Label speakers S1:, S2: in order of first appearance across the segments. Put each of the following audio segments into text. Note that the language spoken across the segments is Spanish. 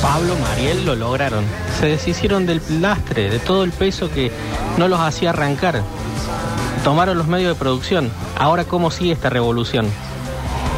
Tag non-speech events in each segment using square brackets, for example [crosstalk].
S1: Pablo Mariel lo lograron. Se deshicieron del lastre, de todo el peso que no los hacía arrancar. Tomaron los medios de producción. Ahora, ¿cómo sigue esta revolución?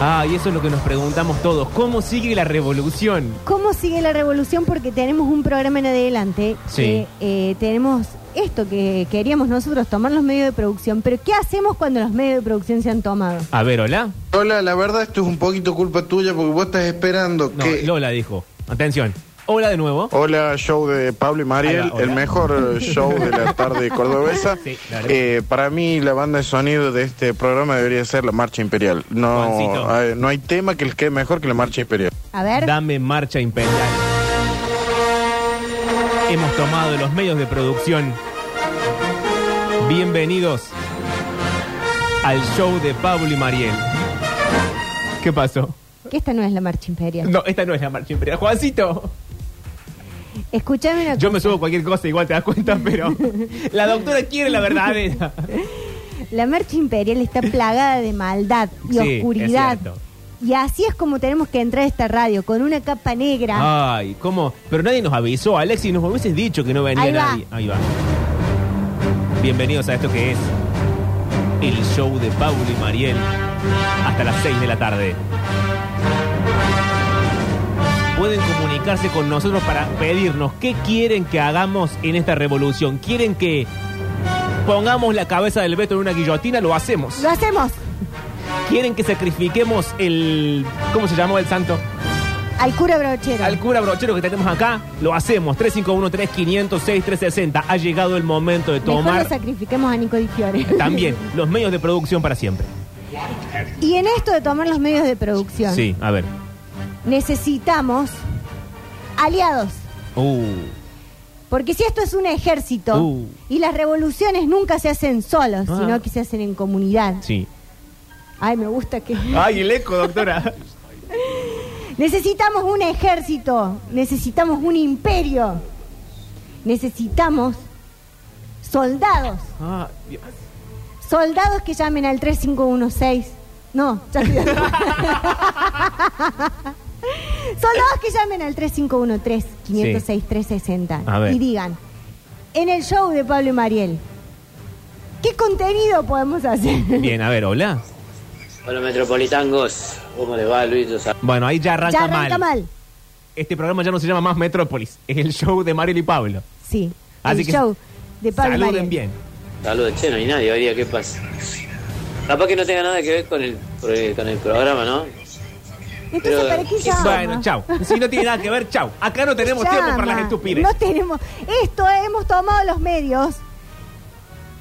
S2: Ah, y eso es lo que nos preguntamos todos. ¿Cómo sigue la revolución?
S3: ¿Cómo sigue la revolución? Porque tenemos un programa en adelante.
S2: Sí.
S3: que, eh, tenemos esto que queríamos nosotros, tomar los medios de producción. Pero ¿qué hacemos cuando los medios de producción se han tomado?
S2: A ver, hola.
S4: Lola, la verdad esto es un poquito culpa tuya porque vos estás esperando
S2: No,
S4: que...
S2: Lola dijo. Atención. Hola de nuevo.
S4: Hola, show de Pablo y Mariel,
S2: Hola, hola.
S4: el mejor eh, show de la tarde cordobesa.
S2: [laughs] Sí, claro.
S4: Eh, para mí, la banda de sonido de este programa debería ser la Marcha Imperial. No,
S2: Juancito.
S4: eh, no hay tema que les quede mejor que la Marcha Imperial.
S3: A ver.
S2: Dame marcha imperial. Hemos tomado los medios de producción. Bienvenidos al show de Pablo y Mariel. ¿Qué pasó?
S3: Que esta no es la marcha imperial.
S2: No, esta no es la marcha imperial. Juancito,
S3: Escúchame una
S2: yo me
S3: cosa.
S2: subo a cualquier cosa, igual te das cuenta, pero la doctora quiere la verdadera.
S3: La marcha imperial está plagada de maldad y
S2: Sí, es
S3: oscuridad.
S2: cierto.
S3: Y así es como tenemos que entrar a esta radio, con una capa negra.
S2: Ay, ¿cómo? Pero nadie nos avisó, Alexis, nos hubieses dicho que no venía
S3: Ahí va.
S2: nadie. Ahí va. Bienvenidos a esto que es el show de Pablo y Mariel hasta las 6 de la tarde. Pueden comunicarse con nosotros para pedirnos qué quieren que hagamos en esta revolución. ¿Quieren que pongamos la cabeza del Beto en una guillotina? Lo hacemos.
S3: Lo hacemos
S2: ¿Quieren que sacrifiquemos el... ¿Cómo se llamó el santo?
S3: al cura brochero.
S2: Al cura brochero que tenemos acá, lo hacemos. 351-3500-6360. Ha llegado el momento de
S3: Mejor
S2: tomar
S3: [laughs] lo sacrifiquemos a Nico Di Fiore.
S2: también los medios de producción para siempre.
S3: [laughs] Y en esto de tomar los medios de producción,
S2: Sí, a ver.
S3: necesitamos aliados.
S2: Uh,
S3: Porque si esto es un ejército
S2: Uh.
S3: y las revoluciones nunca se hacen solos,
S2: Ah.
S3: sino que se hacen en comunidad.
S2: sí. Ah.
S3: Ay, me gusta que...
S2: Ay, el eco, doctora.
S3: Necesitamos un ejército, necesitamos un imperio, necesitamos soldados,
S2: [laughs] Ah, Dios.
S3: soldados que llamen al 3516. No, ya estoy de acuerdo.
S2: [laughs]
S3: Soldados que llamen al 3513-506-360
S2: A ver.
S3: y digan, en el show de Pablo y Mariel, ¿qué contenido podemos hacer?
S2: Bien, a ver, hola.
S5: Hola Metropolitangos, ¿cómo les va Luis? Los-
S2: Bueno, ahí ya arranca,
S3: ya arranca mal.
S2: Este programa ya no se llama más Metrópolis. Es el show de Mario y Pablo.
S3: Sí,
S2: Así
S3: el
S2: que
S3: show de Pablo y
S2: Saluden
S3: Mariel.
S2: bien.
S5: Saludos, che, no hay nadie, hoy día, ¿qué pasa? Capaz que no tenga nada que ver con el, pro- con el programa, ¿no?
S3: Entonces,
S5: Pero-
S3: ¿para qué llama?
S2: Bueno, chau. Si no tiene nada que ver, chau. Acá no tenemos tiempo para las
S3: Llama.
S2: estupideces.
S3: No tenemos. Esto eh, hemos tomado los medios.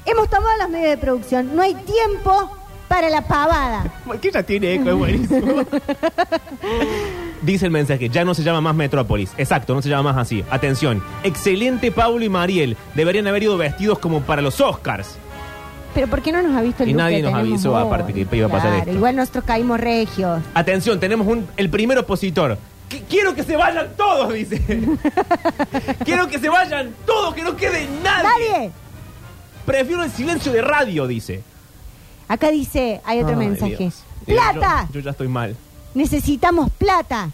S3: Hemos tomado los medios de producción. No hay tiempo para la pavada.
S2: ¿Por qué ya tiene eco? Es buenísimo. [laughs] Dice el mensaje, ya no se llama más Metrópolis. Exacto, no se llama más así. Atención. Excelente Pablo y Mariel. Deberían haber ido vestidos como para los Oscars.
S3: Pero ¿por qué no nos ha visto el
S2: Y
S3: look
S2: nadie
S3: que
S2: nos
S3: tenemos
S2: avisó,
S3: hoy?
S2: aparte, que iba a pasar
S3: Claro,
S2: esto.
S3: Igual nosotros caímos regios.
S2: Atención, tenemos un, el primer opositor. Qu- Quiero que se vayan todos,
S3: [laughs]
S2: dice. Quiero que se vayan todos, que no quede nadie.
S3: ¡Nadie!
S2: Prefiero el silencio de radio, dice.
S3: Acá dice, hay otro
S2: Ay,
S3: mensaje.
S2: Dios. Eh,
S3: ¡Plata!
S2: Yo, yo ya estoy mal.
S3: Necesitamos plata.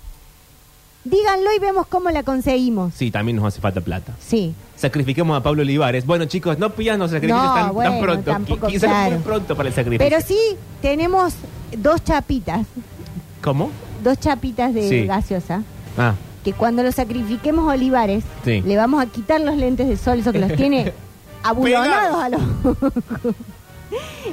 S3: Díganlo y vemos cómo la conseguimos.
S2: Sí, también nos hace falta plata.
S3: Sí.
S2: Sacrifiquemos a Pablo Olivares. Bueno, chicos, no pidan los sacrificios
S3: No,
S2: tan, tan
S3: bueno,
S2: pronto.
S3: tampoco,
S2: Qui- Quizás
S3: claro.
S2: muy pronto para el sacrificio.
S3: Pero sí tenemos dos chapitas.
S2: ¿Cómo?
S3: Dos chapitas de
S2: Sí.
S3: gaseosa.
S2: Ah,
S3: que cuando lo sacrifiquemos a Olivares,
S2: Sí.
S3: le vamos a quitar los lentes de sol, eso que los
S2: [laughs]
S3: tiene abulonados a los [laughs] ojos.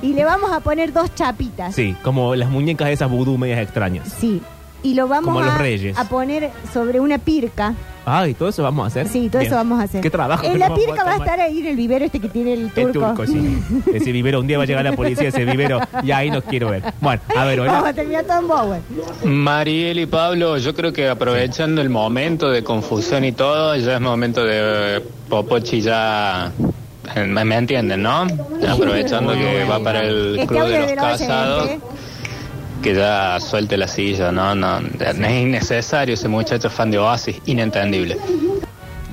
S3: y le vamos a poner dos chapitas.
S2: sí, como las muñecas de esas vudú medias extrañas.
S3: Sí. Y lo vamos
S2: Como
S3: a,
S2: los reyes.
S3: a poner sobre una pirca.
S2: Ay, todo eso vamos a hacer.
S3: Sí, todo
S2: Bien.
S3: eso vamos a hacer.
S2: Qué trabajo. que
S3: En la
S2: vamos
S3: pirca va a
S2: tomar.
S3: estar ahí en el vivero este que tiene el turco.
S2: El turco,
S3: [laughs]
S2: sí. Ese vivero, un día va a llegar la policía de ese vivero y ahí nos quiero ver. Bueno, a ver, hola.
S3: [laughs] Vamos a terminar todo en Bowen.
S6: Mariel y Pablo, yo creo que aprovechando el momento de confusión y todo, ya es momento de eh, Popochi ya... eh, ¿Me me entienden, no? Aprovechando que va para el
S3: Este
S6: Club
S3: audio
S6: de
S3: de
S6: los
S3: los
S6: Casados,
S3: oyentes.
S6: que ya suelte la silla, ¿no? no es innecesario ese muchacho fan de Oasis, inentendible.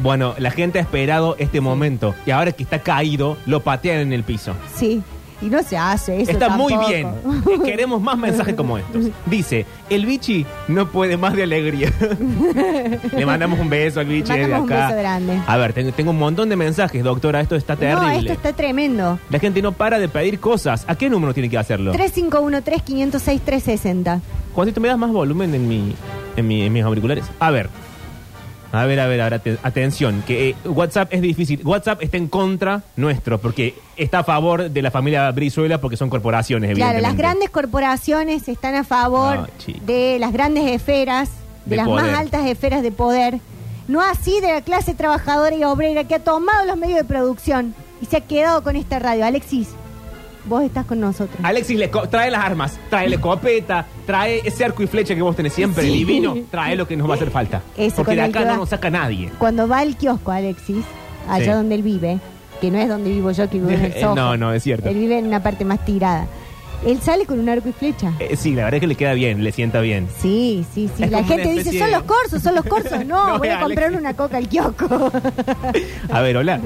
S2: Bueno, la gente ha esperado este momento y ahora que está caído, lo patean en el piso.
S3: Sí. Y no se hace eso.
S2: Está muy
S3: tampoco.
S2: bien.
S3: [laughs]
S2: Queremos más mensajes como estos. Dice, el bichi no puede más de
S3: [laughs]
S2: alegría. Le mandamos un beso al bichi
S3: Le
S2: desde
S3: mandamos un
S2: acá.
S3: beso grande.
S2: A ver, tengo, tengo un montón de mensajes, doctora. Esto está terrible.
S3: No, esto está tremendo.
S2: La gente no para de pedir cosas. ¿A qué número tiene que hacerlo?
S3: 351-3506-360.
S2: Juancito, ¿me das más volumen en, mi, en, mi- en mis auriculares? A ver. A ver, a ver, a ver, aten- atención, que eh, WhatsApp es difícil. WhatsApp está en contra nuestro, porque está a favor de la familia Brizuela, porque son corporaciones,
S3: Claro, las
S2: evidentemente.
S3: grandes corporaciones están a favor
S2: Ah, chico.
S3: de las grandes esferas, de,
S2: De
S3: las
S2: poder.
S3: más altas esferas de poder. No así de la clase trabajadora y obrera que ha tomado los medios de producción y se ha quedado con esta radio. Alexis, vos estás con nosotros.
S2: Alexis, le co- trae las armas, trae la escopeta, trae ese arco y flecha que vos tenés siempre, divino. Trae lo que nos va a hacer falta.
S3: Ese
S2: porque
S3: con
S2: de
S3: el
S2: acá
S3: que
S2: no
S3: va.
S2: nos saca nadie.
S3: Cuando va al kiosco, Alexis, allá
S2: Sí.
S3: donde él vive, que no es donde vivo yo, que vivo en el
S2: [laughs] Eh,
S3: Soho.
S2: no, no, es cierto.
S3: Él vive en una parte más tirada. Él sale con un arco y flecha.
S2: Eh, sí, la verdad es que le queda bien, le sienta bien.
S3: Sí, sí, sí.
S2: Es
S3: la
S2: como una
S3: gente dice,
S2: especie
S3: son
S2: de-
S3: los corsos, son
S2: [laughs]
S3: los corsos. No,
S2: No,
S3: voy a
S2: Alexis.
S3: comprar una coca al kiosco.
S2: A ver, hola.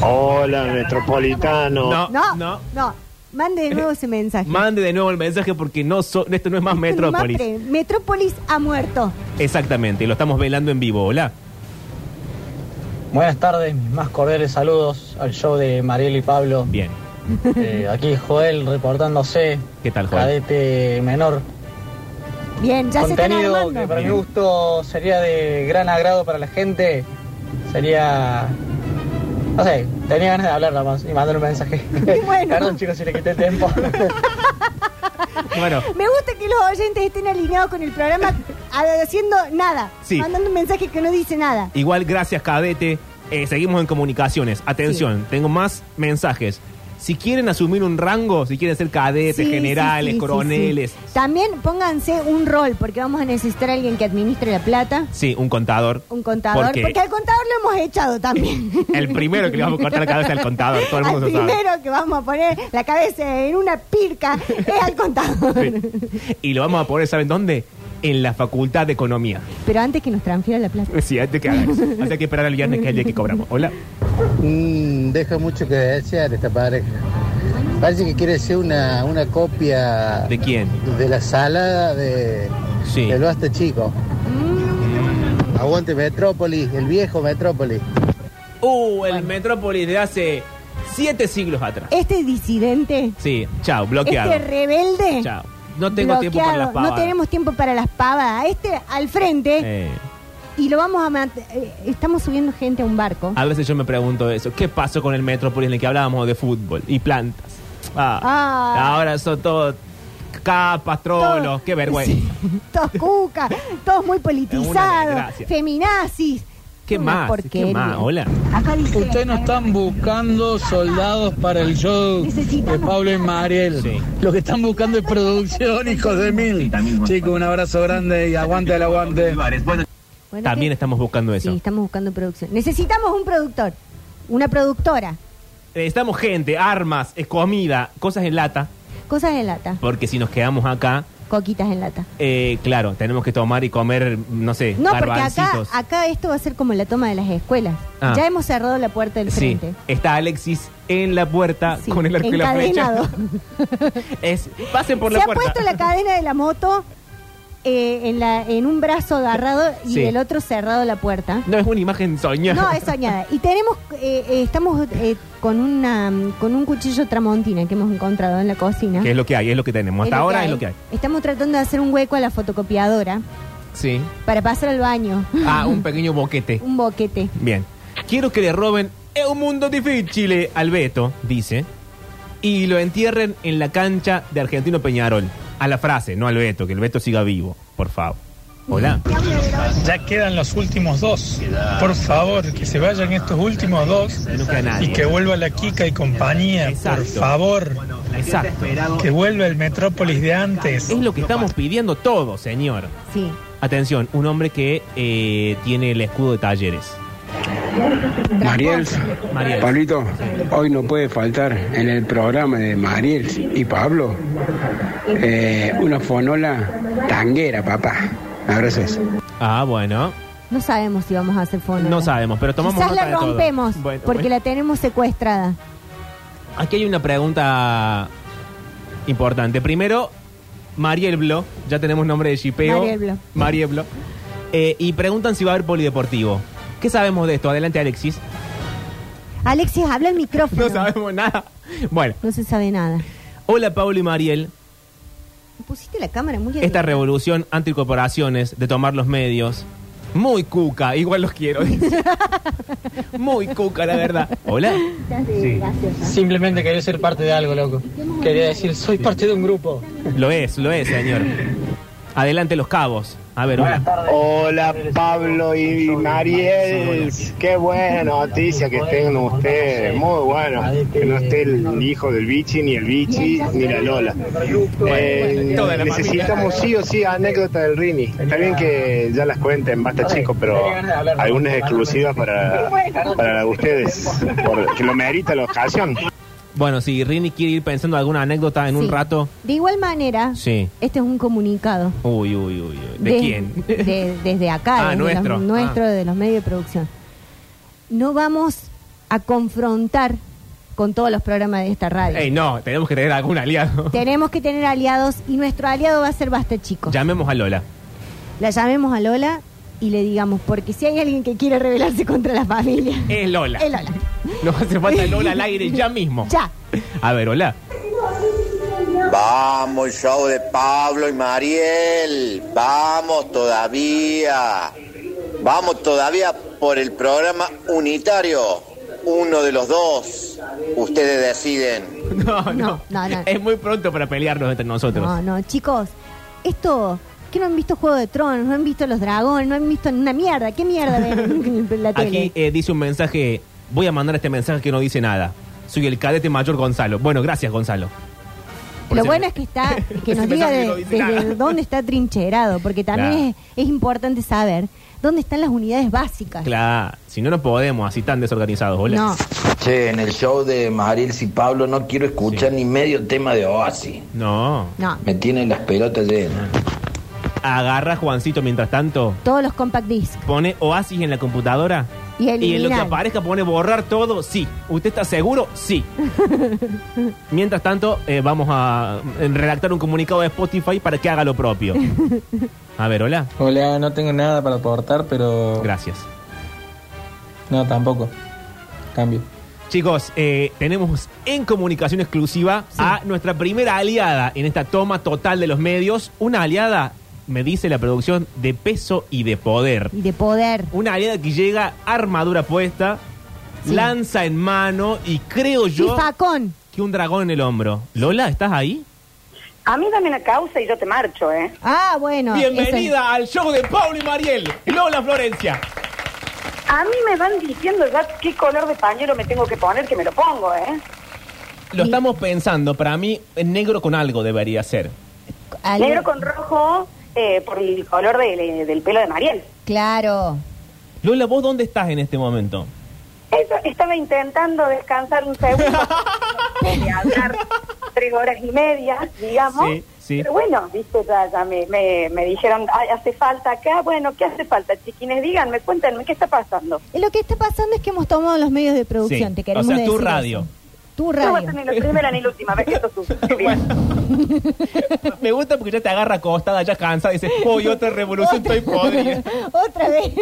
S7: Hola, metropolitano.
S2: No,
S3: [laughs] No,
S2: no.
S3: no, Mande de nuevo ese mensaje.
S2: Mande de nuevo el mensaje porque no so- esto no es más Metrópolis.
S3: Mapre, Metrópolis ha muerto.
S2: Exactamente, y lo estamos velando en vivo, hola.
S8: Buenas tardes, mis más cordiales saludos al show de Mariel y Pablo.
S3: [laughs]
S2: Bien.
S8: Eh, aquí Joel reportándose,
S2: ¿Qué tal, Joel?
S8: cadete menor.
S3: Bien, ya se
S8: Contenido
S3: están
S8: que
S3: armando.
S8: para mi gusto sería de gran agrado para la gente. Sería. No sé, tenía ganas de hablar nada más y mandar un mensaje.
S3: [laughs] bueno.
S8: Perdón, chicos, si le quité
S3: [laughs]
S8: el tiempo.
S2: Bueno,
S3: Me gusta que los oyentes estén alineados con el
S2: [laughs]
S3: programa a- haciendo nada.
S2: Sí.
S3: Mandando un mensaje que no dice nada.
S2: igual gracias, cadete. Eh, seguimos en comunicaciones. Atención, tengo más mensajes. Si quieren asumir un rango, si quieren ser cadetes,
S3: Sí,
S2: generales,
S3: sí, sí, sí,
S2: coroneles. Sí,
S3: sí. También pónganse un rol, porque vamos a necesitar a alguien que administre la plata,
S2: un contador.
S3: un contador.
S2: Porque-
S3: Porque al contador lo hemos echado también.
S2: [laughs] El primero que le vamos a cortar la cabeza al contador, todo el
S3: Al
S2: mundo lo sabe.
S3: primero que vamos a poner la cabeza en una pirca es al contador.
S2: Sí. Y lo vamos a poner, ¿saben dónde? En la Facultad de Economía.
S3: Pero antes que nos transfiera la plata.
S2: Sí, antes que hagan eso. Así que hay que esperar al viernes, que es el día que cobramos. Hola.
S8: deja Mm, mucho que desear esta pareja. Parece que quiere ser una, una copia
S2: ¿De quién?
S8: de la salada de,
S2: Sí.
S8: del Basta este Chico. Aguante Metrópolis, el viejo Metrópolis.
S2: Uh, el Metrópolis de hace siete siglos atrás.
S3: Este disidente,
S2: Sí, chao, bloqueado.
S3: este rebelde,
S2: Chao. No tengo tiempo para las
S3: bloqueado,
S2: pavadas.
S3: no tenemos tiempo para las pavadas. Este al frente
S2: Eh,
S3: y lo vamos a mat- eh, estamos subiendo gente a un barco.
S2: a veces yo me pregunto eso. ¿Qué pasó con el Metrópolis en el que hablábamos de fútbol y plantas? Ah,
S3: Ah.
S2: Ahora son todos capas, trolos.
S3: Todos-
S2: Qué vergüenza.
S3: Sí, [laughs] todos cuca, todos muy politizados,
S2: desgracia.
S3: feminazis.
S2: ¿Qué
S3: Una
S2: más? ¿Qué
S3: porquería.
S2: más? Hola.
S3: Acá dice,
S9: Ustedes no están buscando soldados para el show de Pablo y Mariel.
S2: Sí.
S9: Lo que están buscando es producción, hijos de mil. Chicos, un abrazo grande y aguante el aguante.
S3: bueno,
S2: También
S3: ¿qué?
S2: estamos buscando eso.
S3: Sí, estamos buscando producción. Necesitamos un productor, una productora,
S2: Necesitamos Eh, gente, armas, eh, comida, cosas en lata.
S3: cosas en lata,
S2: Porque si nos quedamos acá,
S3: coquitas en lata.
S2: eh, claro, tenemos que tomar y comer, no sé,
S3: No, porque acá,
S2: garbancitos.
S3: acá esto va a ser como la toma de las escuelas.
S2: Ah.
S3: Ya hemos cerrado la puerta del
S2: Sí,
S3: frente.
S2: está Alexis en la puerta
S3: Sí,
S2: Ah, con el arco y la flecha.
S3: encadenado.
S2: Es, pasen [laughs] por
S3: Se
S2: la
S3: ha
S2: puerta.
S3: puesto la cadena de la moto eh, en, la, en un brazo agarrado y
S2: Sí.
S3: el otro cerrado la puerta.
S2: No es una imagen soñada.
S3: No, es soñada. Y tenemos, eh, eh, estamos eh, con una mm, con un cuchillo tramontina que hemos encontrado en la cocina.
S2: Que es lo que hay, es lo que tenemos.
S3: Es
S2: Hasta
S3: lo
S2: ahora es
S3: que hay.
S2: lo que hay.
S3: Estamos tratando de hacer un hueco a la fotocopiadora
S2: Sí.
S3: para pasar al baño.
S2: Ah,
S3: [laughs]
S2: un pequeño boquete.
S3: Un boquete.
S2: Bien. Quiero que le roben Es un mundo difícil al Beto, dice, y lo entierren en la cancha de Argentino Peñarol. A la frase, no al Beto, que el Beto siga vivo, por favor. Hola.
S9: Ya quedan los últimos dos. Por favor, que se vayan estos últimos dos
S2: No queda nadie.
S9: y que vuelva la Kika y compañía. Por
S2: Exacto.
S9: favor,
S2: Exacto.
S9: que vuelva el Metrópolis de antes.
S2: Es lo que estamos pidiendo todos, señor.
S3: Sí.
S2: Atención, un hombre que eh, tiene el escudo de talleres.
S10: Mariel,
S2: Mariel.
S10: Pablito, hoy no puede faltar en el programa de Mariel y Pablo eh, una fonola tanguera, papá. Abrazos.
S2: Ah, bueno.
S3: No sabemos si vamos a hacer fondo.
S2: No sabemos, pero tomamos
S3: Quizás
S2: nota
S3: la
S2: de todo.
S3: rompemos
S2: Bueno,
S3: porque
S2: bueno.
S3: la tenemos secuestrada.
S2: Aquí hay una pregunta importante. Primero, Mariel Blo, ya tenemos nombre de shipeo.
S3: Mariel Blo.
S2: Mariel Blo. Eh, y preguntan si va a haber polideportivo. ¿Qué sabemos de esto? Adelante, Alexis.
S3: Alexis, habla el
S2: No
S3: micrófono.
S2: sabemos nada. Bueno,
S3: No se sabe nada.
S2: hola Pablo y Mariel.
S3: Pusiste la cámara muy
S2: Esta
S3: arriba.
S2: revolución anticorporaciones de tomar los medios. Muy cuca, igual los quiero. dice. Muy cuca, la verdad. Hola.
S8: Simplemente quería ser parte de algo, loco. Quería decir, soy parte de un grupo.
S2: Lo es, lo es, señor. Adelante los cabos. A ver, hola.
S7: Hola Pablo y Mariel, qué buena noticia que tengan ustedes, muy bueno, que no esté el hijo del bichi, ni el bichi, ni la Lola. Eh,
S2: Toda la
S7: necesitamos sí o sí anécdotas del Rini, está bien que ya las cuenten, basta chicos, pero algunas exclusivas para, para ustedes, porque lo merita la ocasión.
S2: Bueno, si Rini quiere ir pensando alguna anécdota en
S3: Sí.
S2: un rato.
S3: De igual manera,
S2: Sí.
S3: este es un comunicado.
S2: Uy, uy, uy. uy. ¿De, quién? [laughs]
S3: de- desde acá,
S2: Ah,
S3: desde
S2: nuestro.
S3: los- nuestro,
S2: Ah.
S3: de los medios de producción. No vamos a confrontar con todos los programas de esta radio.
S2: Ey, no, tenemos que tener algún aliado.
S3: Tenemos que tener aliados y nuestro aliado va a ser Basta Chicos.
S2: Llamemos a Lola.
S3: La llamemos a Lola y le digamos, porque si hay alguien que quiere rebelarse [laughs] contra la familia,
S2: Es Lola.
S3: es Lola.
S2: Nos hace
S3: [laughs]
S2: falta Lola al aire ya mismo.
S3: Ya.
S2: A ver, hola.
S11: Vamos, el show de Pablo y Mariel. Vamos todavía. Vamos todavía por el programa unitario. Uno de los dos. Ustedes deciden.
S2: No, no.
S3: [laughs] No, no, no.
S2: Es muy pronto para pelearnos entre nosotros.
S3: No, no, chicos, esto, que no han visto Juego de Tronos, no han visto Los Dragones, no han visto una mierda, ¿qué
S2: [laughs]
S3: mierda ven en la
S2: Aquí
S3: tele?
S2: eh, dice un mensaje. Voy a mandar este mensaje que no dice nada. Soy el cadete mayor Gonzalo. Bueno, gracias, Gonzalo.
S3: Lo
S2: Ese-
S3: bueno es que está,
S2: [laughs]
S3: que nos
S2: ese
S3: diga
S2: mensaje
S3: de-
S2: no dice nada.
S3: desde dónde está trincherado, porque también
S2: Claro.
S3: es, es importante saber dónde están las unidades básicas.
S2: Claro, si no, no podemos, así tan desorganizados. Hola.
S3: No,
S12: Che, en el show de Marils y Pablo no quiero escuchar ni medio tema de
S13: Oh,
S12: Oasis.
S2: No.
S3: no.
S12: Me tienen las pelotas llenas.
S2: Agarra Juancito mientras tanto.
S3: Todos los compact disc.
S2: Pone Oasis en la computadora.
S3: Y
S2: en lo que
S3: eliminar.
S2: aparezca pone borrar todo, sí. ¿Usted está seguro? Sí. Mientras tanto, eh, vamos a eh, redactar un comunicado de Spotify para que haga lo propio. A ver, hola.
S14: Hola, no tengo nada para aportar, pero.
S2: Gracias.
S14: No, tampoco. Cambio.
S2: Chicos, eh, tenemos en comunicación exclusiva a nuestra primera aliada en esta toma total de los medios. Una aliada, me dice la producción, de peso y de poder.
S3: Y de poder.
S2: Una aliada que llega armadura puesta,
S3: Sí.
S2: lanza en mano y creo yo
S3: Y facón.
S2: que un dragón en el hombro. Lola, ¿estás ahí?
S13: A mí dame la causa y yo te marcho, ¿eh?
S3: Ah, bueno.
S2: Bienvenida al show de Pablo y Mariel. Lola Florencia.
S13: A mí me van diciendo ya qué color de pañuelo me tengo que poner, que me lo pongo, ¿eh?
S2: Lo estamos pensando, para mí en negro con algo debería ser.
S13: Negro con rojo eh, por el color del- del pelo de Mariel.
S3: Claro.
S2: Lola, ¿vos dónde estás en este momento? [laughs]
S13: Eso, estaba intentando descansar un
S3: [laughs]
S13: segundo, de hablar tres horas y media, digamos.
S2: Sí, sí.
S13: Pero bueno, viste, ya, ya me, me- me dijeron, "Ay, hace falta acá. Bueno, ¿qué hace falta, chiquines? Díganme, cuéntenme, ¿qué está pasando?
S3: Lo que está pasando es que hemos tomado los medios de producción.
S2: Sí.
S3: Te queremos
S2: o sea, tu
S3: decir
S2: radio.
S3: eso. Tu
S13: No voy a
S3: radio.
S13: tener la primera ni la última vez que esto
S3: [laughs]
S13: sucede.
S2: Me gusta porque ya te agarra acostada, ya cansada, dices, voy otra revolución, estoy podrida.
S3: [laughs] Otra vez.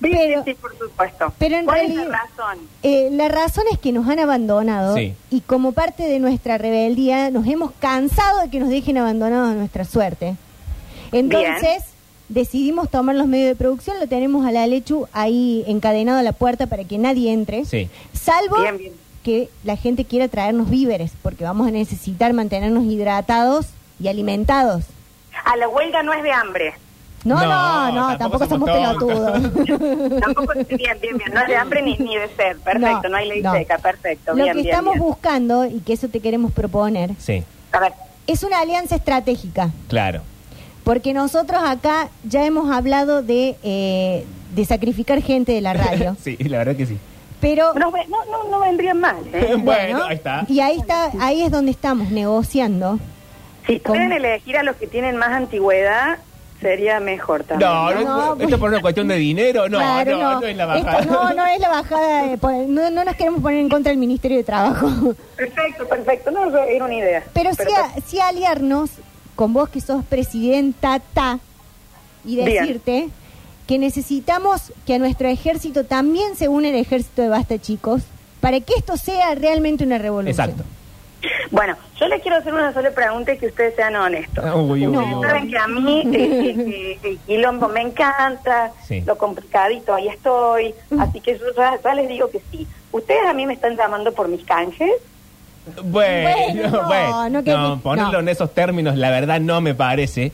S3: Pero,
S13: por supuesto.
S3: Pero en
S13: ¿Cuál es la
S3: realidad-
S13: razón?
S3: eh, la razón es que nos han abandonado
S2: Sí.
S3: y como parte de nuestra rebeldía nos hemos cansado de que nos dejen abandonados a nuestra suerte. Entonces decidimos tomar los medios de producción, lo tenemos a la Lechu ahí encadenado a la puerta para que nadie entre,
S2: Sí.
S3: salvo
S13: Bien, bien.
S3: que la gente quiera traernos víveres porque vamos a necesitar mantenernos hidratados y alimentados.
S13: A la huelga no es de hambre.
S3: No, no, no, tampoco, somos, pelotudos.
S13: Tampoco, bien, bien, bien. No es de hambre ni, ni de sed. [laughs] Perfecto, no, hay ley
S3: no.
S13: seca. Perfecto,
S3: Lo
S13: bien,
S3: que
S13: bien.
S3: estamos
S13: bien.
S3: buscando y que eso te queremos proponer
S2: Sí,
S13: A ver,
S3: es una alianza estratégica,
S2: claro.
S3: porque nosotros acá ya hemos hablado de, eh, de sacrificar gente de
S2: [laughs]
S3: la radio,
S2: Sí, la verdad que sí.
S3: pero
S13: no, ve- no, no, no vendrían mal. ¿eh?
S2: Bueno, ahí está.
S3: y ahí está, ahí es donde estamos negociando.
S13: Si
S3: Con-
S13: pueden elegir a los que tienen más antigüedad, sería mejor también.
S2: No, no,
S3: No,
S2: esto por una cuestión de dinero, no,
S3: Claro,
S2: no, no, es la bajada.
S3: Esto no, no es la bajada. de po- no, no nos queremos poner en contra del Ministerio de Trabajo.
S13: Perfecto, perfecto. No, yo- era una idea.
S3: Pero sí, a- sí aliarnos con vos que sos presidenta ta y
S13: Bien.
S3: decirte que necesitamos que a nuestro ejército también se une el ejército de Basta Chicos para que esto sea realmente una revolución.
S2: Exacto.
S13: Bueno, yo les quiero hacer una sola pregunta y que ustedes sean honestos.
S2: Uy, uy,
S13: Ustedes
S2: uy.
S13: saben que a mí eh, eh, eh, el quilombo me encanta,
S2: Sí.
S13: lo complicadito ahí estoy, así que yo ya, ya les digo que sí. Ustedes a mí me están llamando por mis canjes.
S2: Bueno,
S13: Bueno,
S2: bueno,
S13: no, que-
S2: no, ponerlo
S13: no.
S2: en esos términos, la verdad no me parece.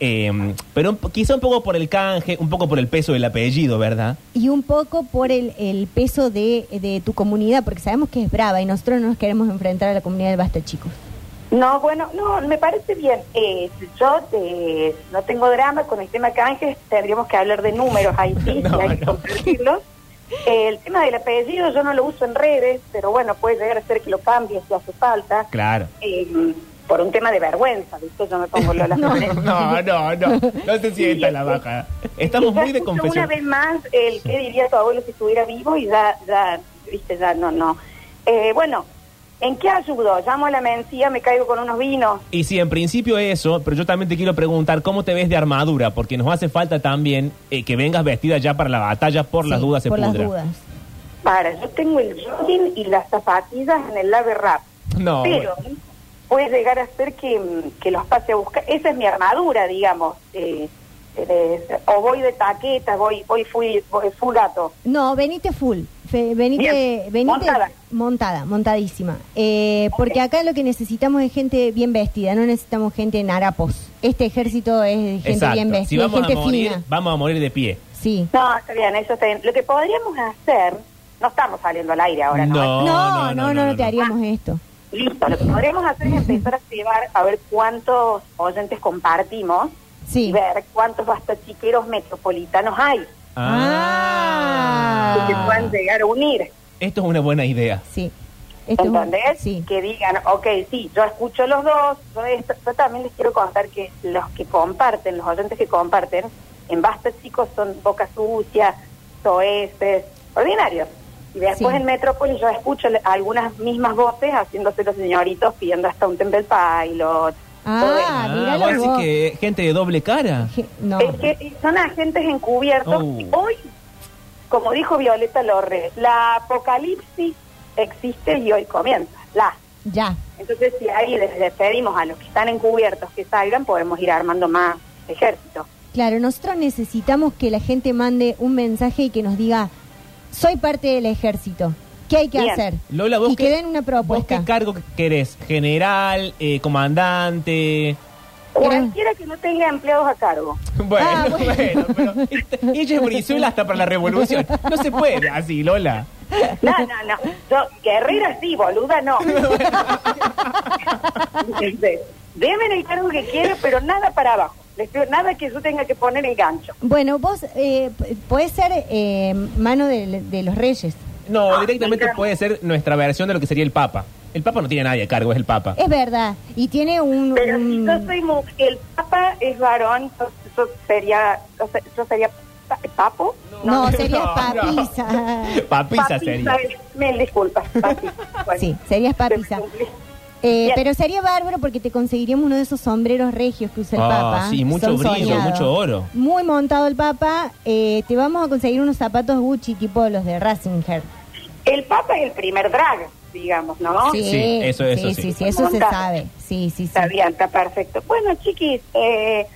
S2: Eh, pero un po- quizá un poco por el canje, un poco por el peso del apellido, ¿verdad?
S3: Y un poco por el, el peso de, de tu comunidad, porque sabemos que es brava y nosotros no nos queremos enfrentar a la comunidad de Basta Chicos.
S13: No, bueno, no, me parece bien. Eh, yo eh, no tengo drama con el tema canjes, tendríamos que hablar de números ahí
S2: [laughs]
S13: sí,
S2: No,
S13: y hay que compartirlos. Eh, el tema del apellido yo no lo uso en redes, pero bueno, puede llegar a ser que lo cambie si hace falta.
S2: Claro.
S13: eh, por un tema de vergüenza, ¿viste? Yo me
S2: [laughs]
S13: pongo Lola Florencia.
S2: No, no, no. No se sienta la baja. Estamos muy de
S13: Escucho
S2: confesión.
S13: Una vez más, el que diría tu abuelo si estuviera vivo y ya, ya, viste, ya no, no. Eh, bueno, ¿en qué ayudo? Llamo a la mencía, me caigo con unos vinos.
S2: Y sí, en principio eso, pero yo también te quiero preguntar cómo te ves de armadura, porque nos hace falta también eh, que vengas vestida ya para la batalla por las dudas se
S3: por las
S2: pudra.
S3: dudas.
S13: Para, yo tengo el jogging y las zapatillas en el lave rap.
S2: No,
S13: pero puede llegar a ser que, mm, que los pase a buscar. Esa es mi armadura, digamos. eh, eh, o voy de taqueta, voy, voy fui, voy full gato.
S3: No, venite full. fe- venite,
S13: Bien,
S3: venite
S13: montada.
S3: montada, montadísima. Eh, Porque acá lo que necesitamos es gente bien vestida, no necesitamos gente en harapos. Este ejército es de gente
S2: exacto.
S3: bien
S2: si
S3: vestida,
S2: vamos
S3: gente
S2: a morir,
S3: fina.
S2: vamos a morir de pie.
S3: Sí.
S13: No, está bien, eso está bien. Lo que podríamos hacer, no estamos saliendo al aire ahora, ¿no?
S2: No,
S3: No, no, no, no,
S2: no,
S3: te haríamos
S13: Ah.
S3: esto.
S13: Listo, lo que podríamos hacer es empezar a llevar a ver cuántos oyentes compartimos
S3: Sí.
S13: y ver cuántos bastachiqueros metropolitanos hay
S2: Ah.
S13: que se puedan llegar a unir.
S2: Esto es una buena idea.
S3: Sí. Este
S13: ¿Entendés? Que digan, ok, sí, yo escucho los dos, yo, esto. Yo también les quiero contar que los que comparten, los oyentes que comparten, en Basta Chicos son Boca Sucia, Soeces, ordinarios. Y después
S3: Sí.
S13: en Metrópolis yo escucho le- algunas mismas voces haciéndose los señoritos pidiendo hasta un Temple Pilot. todo eso.
S3: Ah, mirá
S2: vos
S3: los
S2: decís
S3: vos.
S2: que gente de doble cara.
S3: Je- No.
S13: Es que son agentes encubiertos.
S2: Oh.
S13: Y Hoy, como dijo Violeta Lorre, la apocalipsis existe y hoy comienza. La.
S3: Ya.
S13: Entonces, si ahí les les pedimos a los que están encubiertos que salgan, podemos ir armando más ejército.
S3: Claro, nosotros necesitamos que la gente mande un mensaje y que nos diga, soy parte del ejército. ¿Qué hay que
S13: Bien.
S3: hacer?
S2: Lola, vos
S3: y
S2: qué-
S3: que den una
S2: ¿Vos
S3: propuesta.
S2: qué cargo querés? ¿General? eh, ¿Comandante? [laughs]
S13: Cualquiera que no tenga empleados a cargo.
S2: Bueno,
S3: Ah,
S2: [laughs] bueno, pero esta- ella es Brizuela hasta para la revolución. No se puede así, Lola.
S13: No, no, no. Yo, guerrera sí, boluda no. Entonces, Deben el cargo que quiera, pero nada para abajo. Les pido nada que yo tenga que poner el gancho.
S3: Bueno, vos eh, p- podés ser eh, mano del- de, los reyes.
S13: Ah,
S2: No, directamente puede ser nuestra versión de lo que sería el Papa. El Papa no tiene a nadie a cargo, es el Papa.
S3: Es verdad. Y tiene un...
S13: Pero
S3: un-
S13: si yo soy mu- el papa es varón, yo, yo sería, yo, se- yo sería pa- papo.
S3: No, serías
S2: no,
S3: papisa.
S13: [laughs]
S2: Papisa sería.
S13: Eh, es- Me disculpas, papi. Bueno,
S3: Sí, serías papisa. Eh, pero sería bárbaro porque te conseguiríamos uno de esos sombreros regios que usa el
S2: Ah,
S3: Papa.
S2: sí, mucho
S3: Son
S2: brillo,
S3: soñados.
S2: mucho oro.
S3: Muy montado el Papa. Eh, te vamos a conseguir unos zapatos Gucci tipo los de Ratzinger.
S13: el papa es el primer drag, digamos, ¿no?
S2: Sí, eso- eso
S3: sí,
S2: sí.
S3: sí, sí, eso se
S13: Montado.
S3: sabe. Sí, sí, sí.
S13: Está bien, está perfecto. Bueno, chiquis, eh,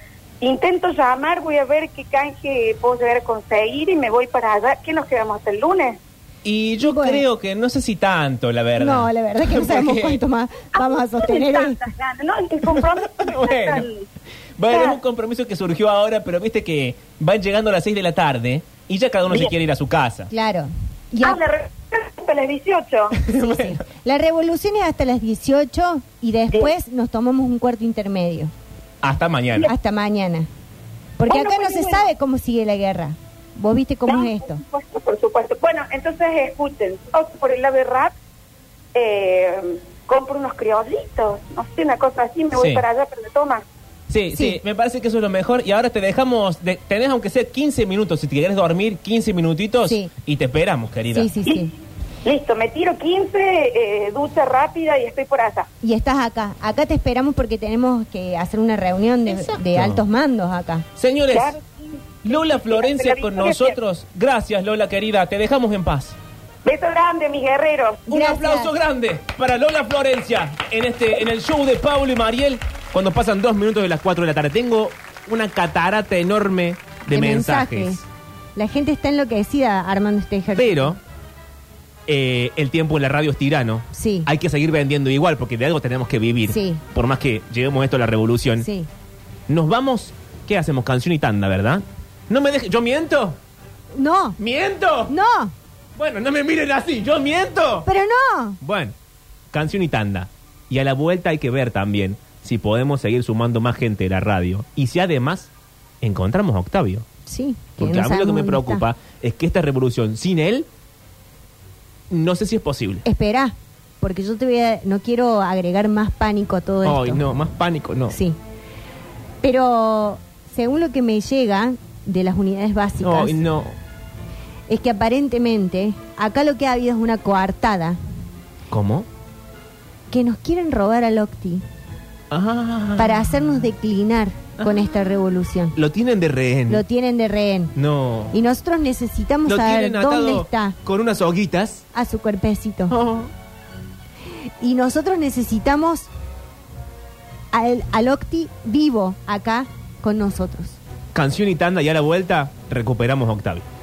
S13: intento llamar, voy a ver qué canje puedo llegar a conseguir y me voy para allá. ¿Qué nos quedamos hasta el lunes?
S2: Y yo creo que no sé si tanto, la verdad.
S3: No, la verdad es que
S2: [laughs]
S3: no sabemos
S2: Porque-
S3: cuánto más
S13: Ah,
S3: Ah, vamos a sostener hoy.
S13: Tantas ganas, No, el
S2: [laughs]
S13: compromiso no está
S2: Bueno.
S13: tan-
S2: Bueno, es
S13: Claro.
S2: un compromiso que surgió ahora, pero viste que van llegando a las 6 de la tarde y ya cada uno se
S13: Bien.
S2: quiere ir a su [laughs] casa.
S3: Claro. Y
S13: Ah, la re- hasta las 18.
S2: [laughs]
S3: La revolución es hasta las 18 y después nos tomamos un cuarto intermedio.
S2: Hasta mañana.
S3: Hasta mañana. Porque
S13: Bueno,
S3: acá no
S13: bueno,
S3: se
S13: bueno.
S3: sabe cómo sigue la guerra. Vos viste cómo
S13: No,
S3: es esto.
S13: Por supuesto, por supuesto. Bueno, entonces escuchen, opto por el ave rap, eh, compro unos criollitos, no sé, una cosa así, me voy
S2: Sí.
S13: para allá, pero me toma.
S2: Sí, sí, me parece que eso es lo mejor. Y ahora te dejamos, de- tenés aunque sea 15 minutos, si te querés dormir, 15 minutitos y te esperamos, querida.
S3: Sí, sí, sí.
S13: Listo, me tiro 15, eh, ducha rápida y estoy por allá.
S3: Y estás acá. Acá te esperamos porque tenemos que hacer una reunión de, de altos mandos acá.
S2: Señores, Lola Florencia con nosotros. Gracias, Lola, querida. Te dejamos en paz.
S13: Beso grande, mis guerreros.
S2: Un aplauso grande para Lola Florencia en este en el show de Pablo y Mariel cuando pasan dos minutos de las cuatro de la tarde. Tengo una catarata enorme de, mensajes.
S3: La gente está enloquecida armando este ejercicio.
S2: Pero eh, el tiempo en la radio es tirano.
S3: Sí.
S2: Hay que seguir vendiendo igual porque de algo tenemos que vivir.
S3: Sí.
S2: Por más que lleguemos esto a la revolución.
S3: Sí.
S2: Nos vamos. ¿Qué hacemos? Canción y tanda, ¿verdad? No me dejes. ¿Yo miento?
S3: No.
S2: ¿Miento?
S3: No.
S2: Bueno, no me miren así. ¿Yo miento?
S3: Pero no.
S2: Bueno, canción y tanda. Y a la vuelta hay que ver también si podemos seguir sumando más gente de la radio. Y si además encontramos a Octavio.
S3: Sí.
S2: Porque a mí lo
S3: no
S2: que
S3: sabemos
S2: me
S3: dónde está.
S2: preocupa es que esta revolución sin él, no sé si es posible.
S3: Espera, porque yo te voy a, no quiero agregar más pánico a todo esto.
S2: Ay, no, más pánico, no.
S3: Sí. Pero según lo que me llega de las unidades básicas,
S2: Ay, no.
S3: es que aparentemente acá lo que ha habido es una coartada
S2: ¿Cómo?
S3: que nos quieren robar al Octi
S2: Ah.
S3: para hacernos declinar con esta revolución.
S2: Lo tienen de rehén.
S3: Lo tienen de rehén.
S2: No.
S3: Y nosotros necesitamos
S2: Lo
S3: saber
S2: tienen atado
S3: dónde está
S2: con unas hoguitas. Oh.
S3: a su cuerpecito. Y nosotros necesitamos al, al Octi vivo acá con nosotros.
S2: Canción y tanda y a la vuelta recuperamos a Octavio.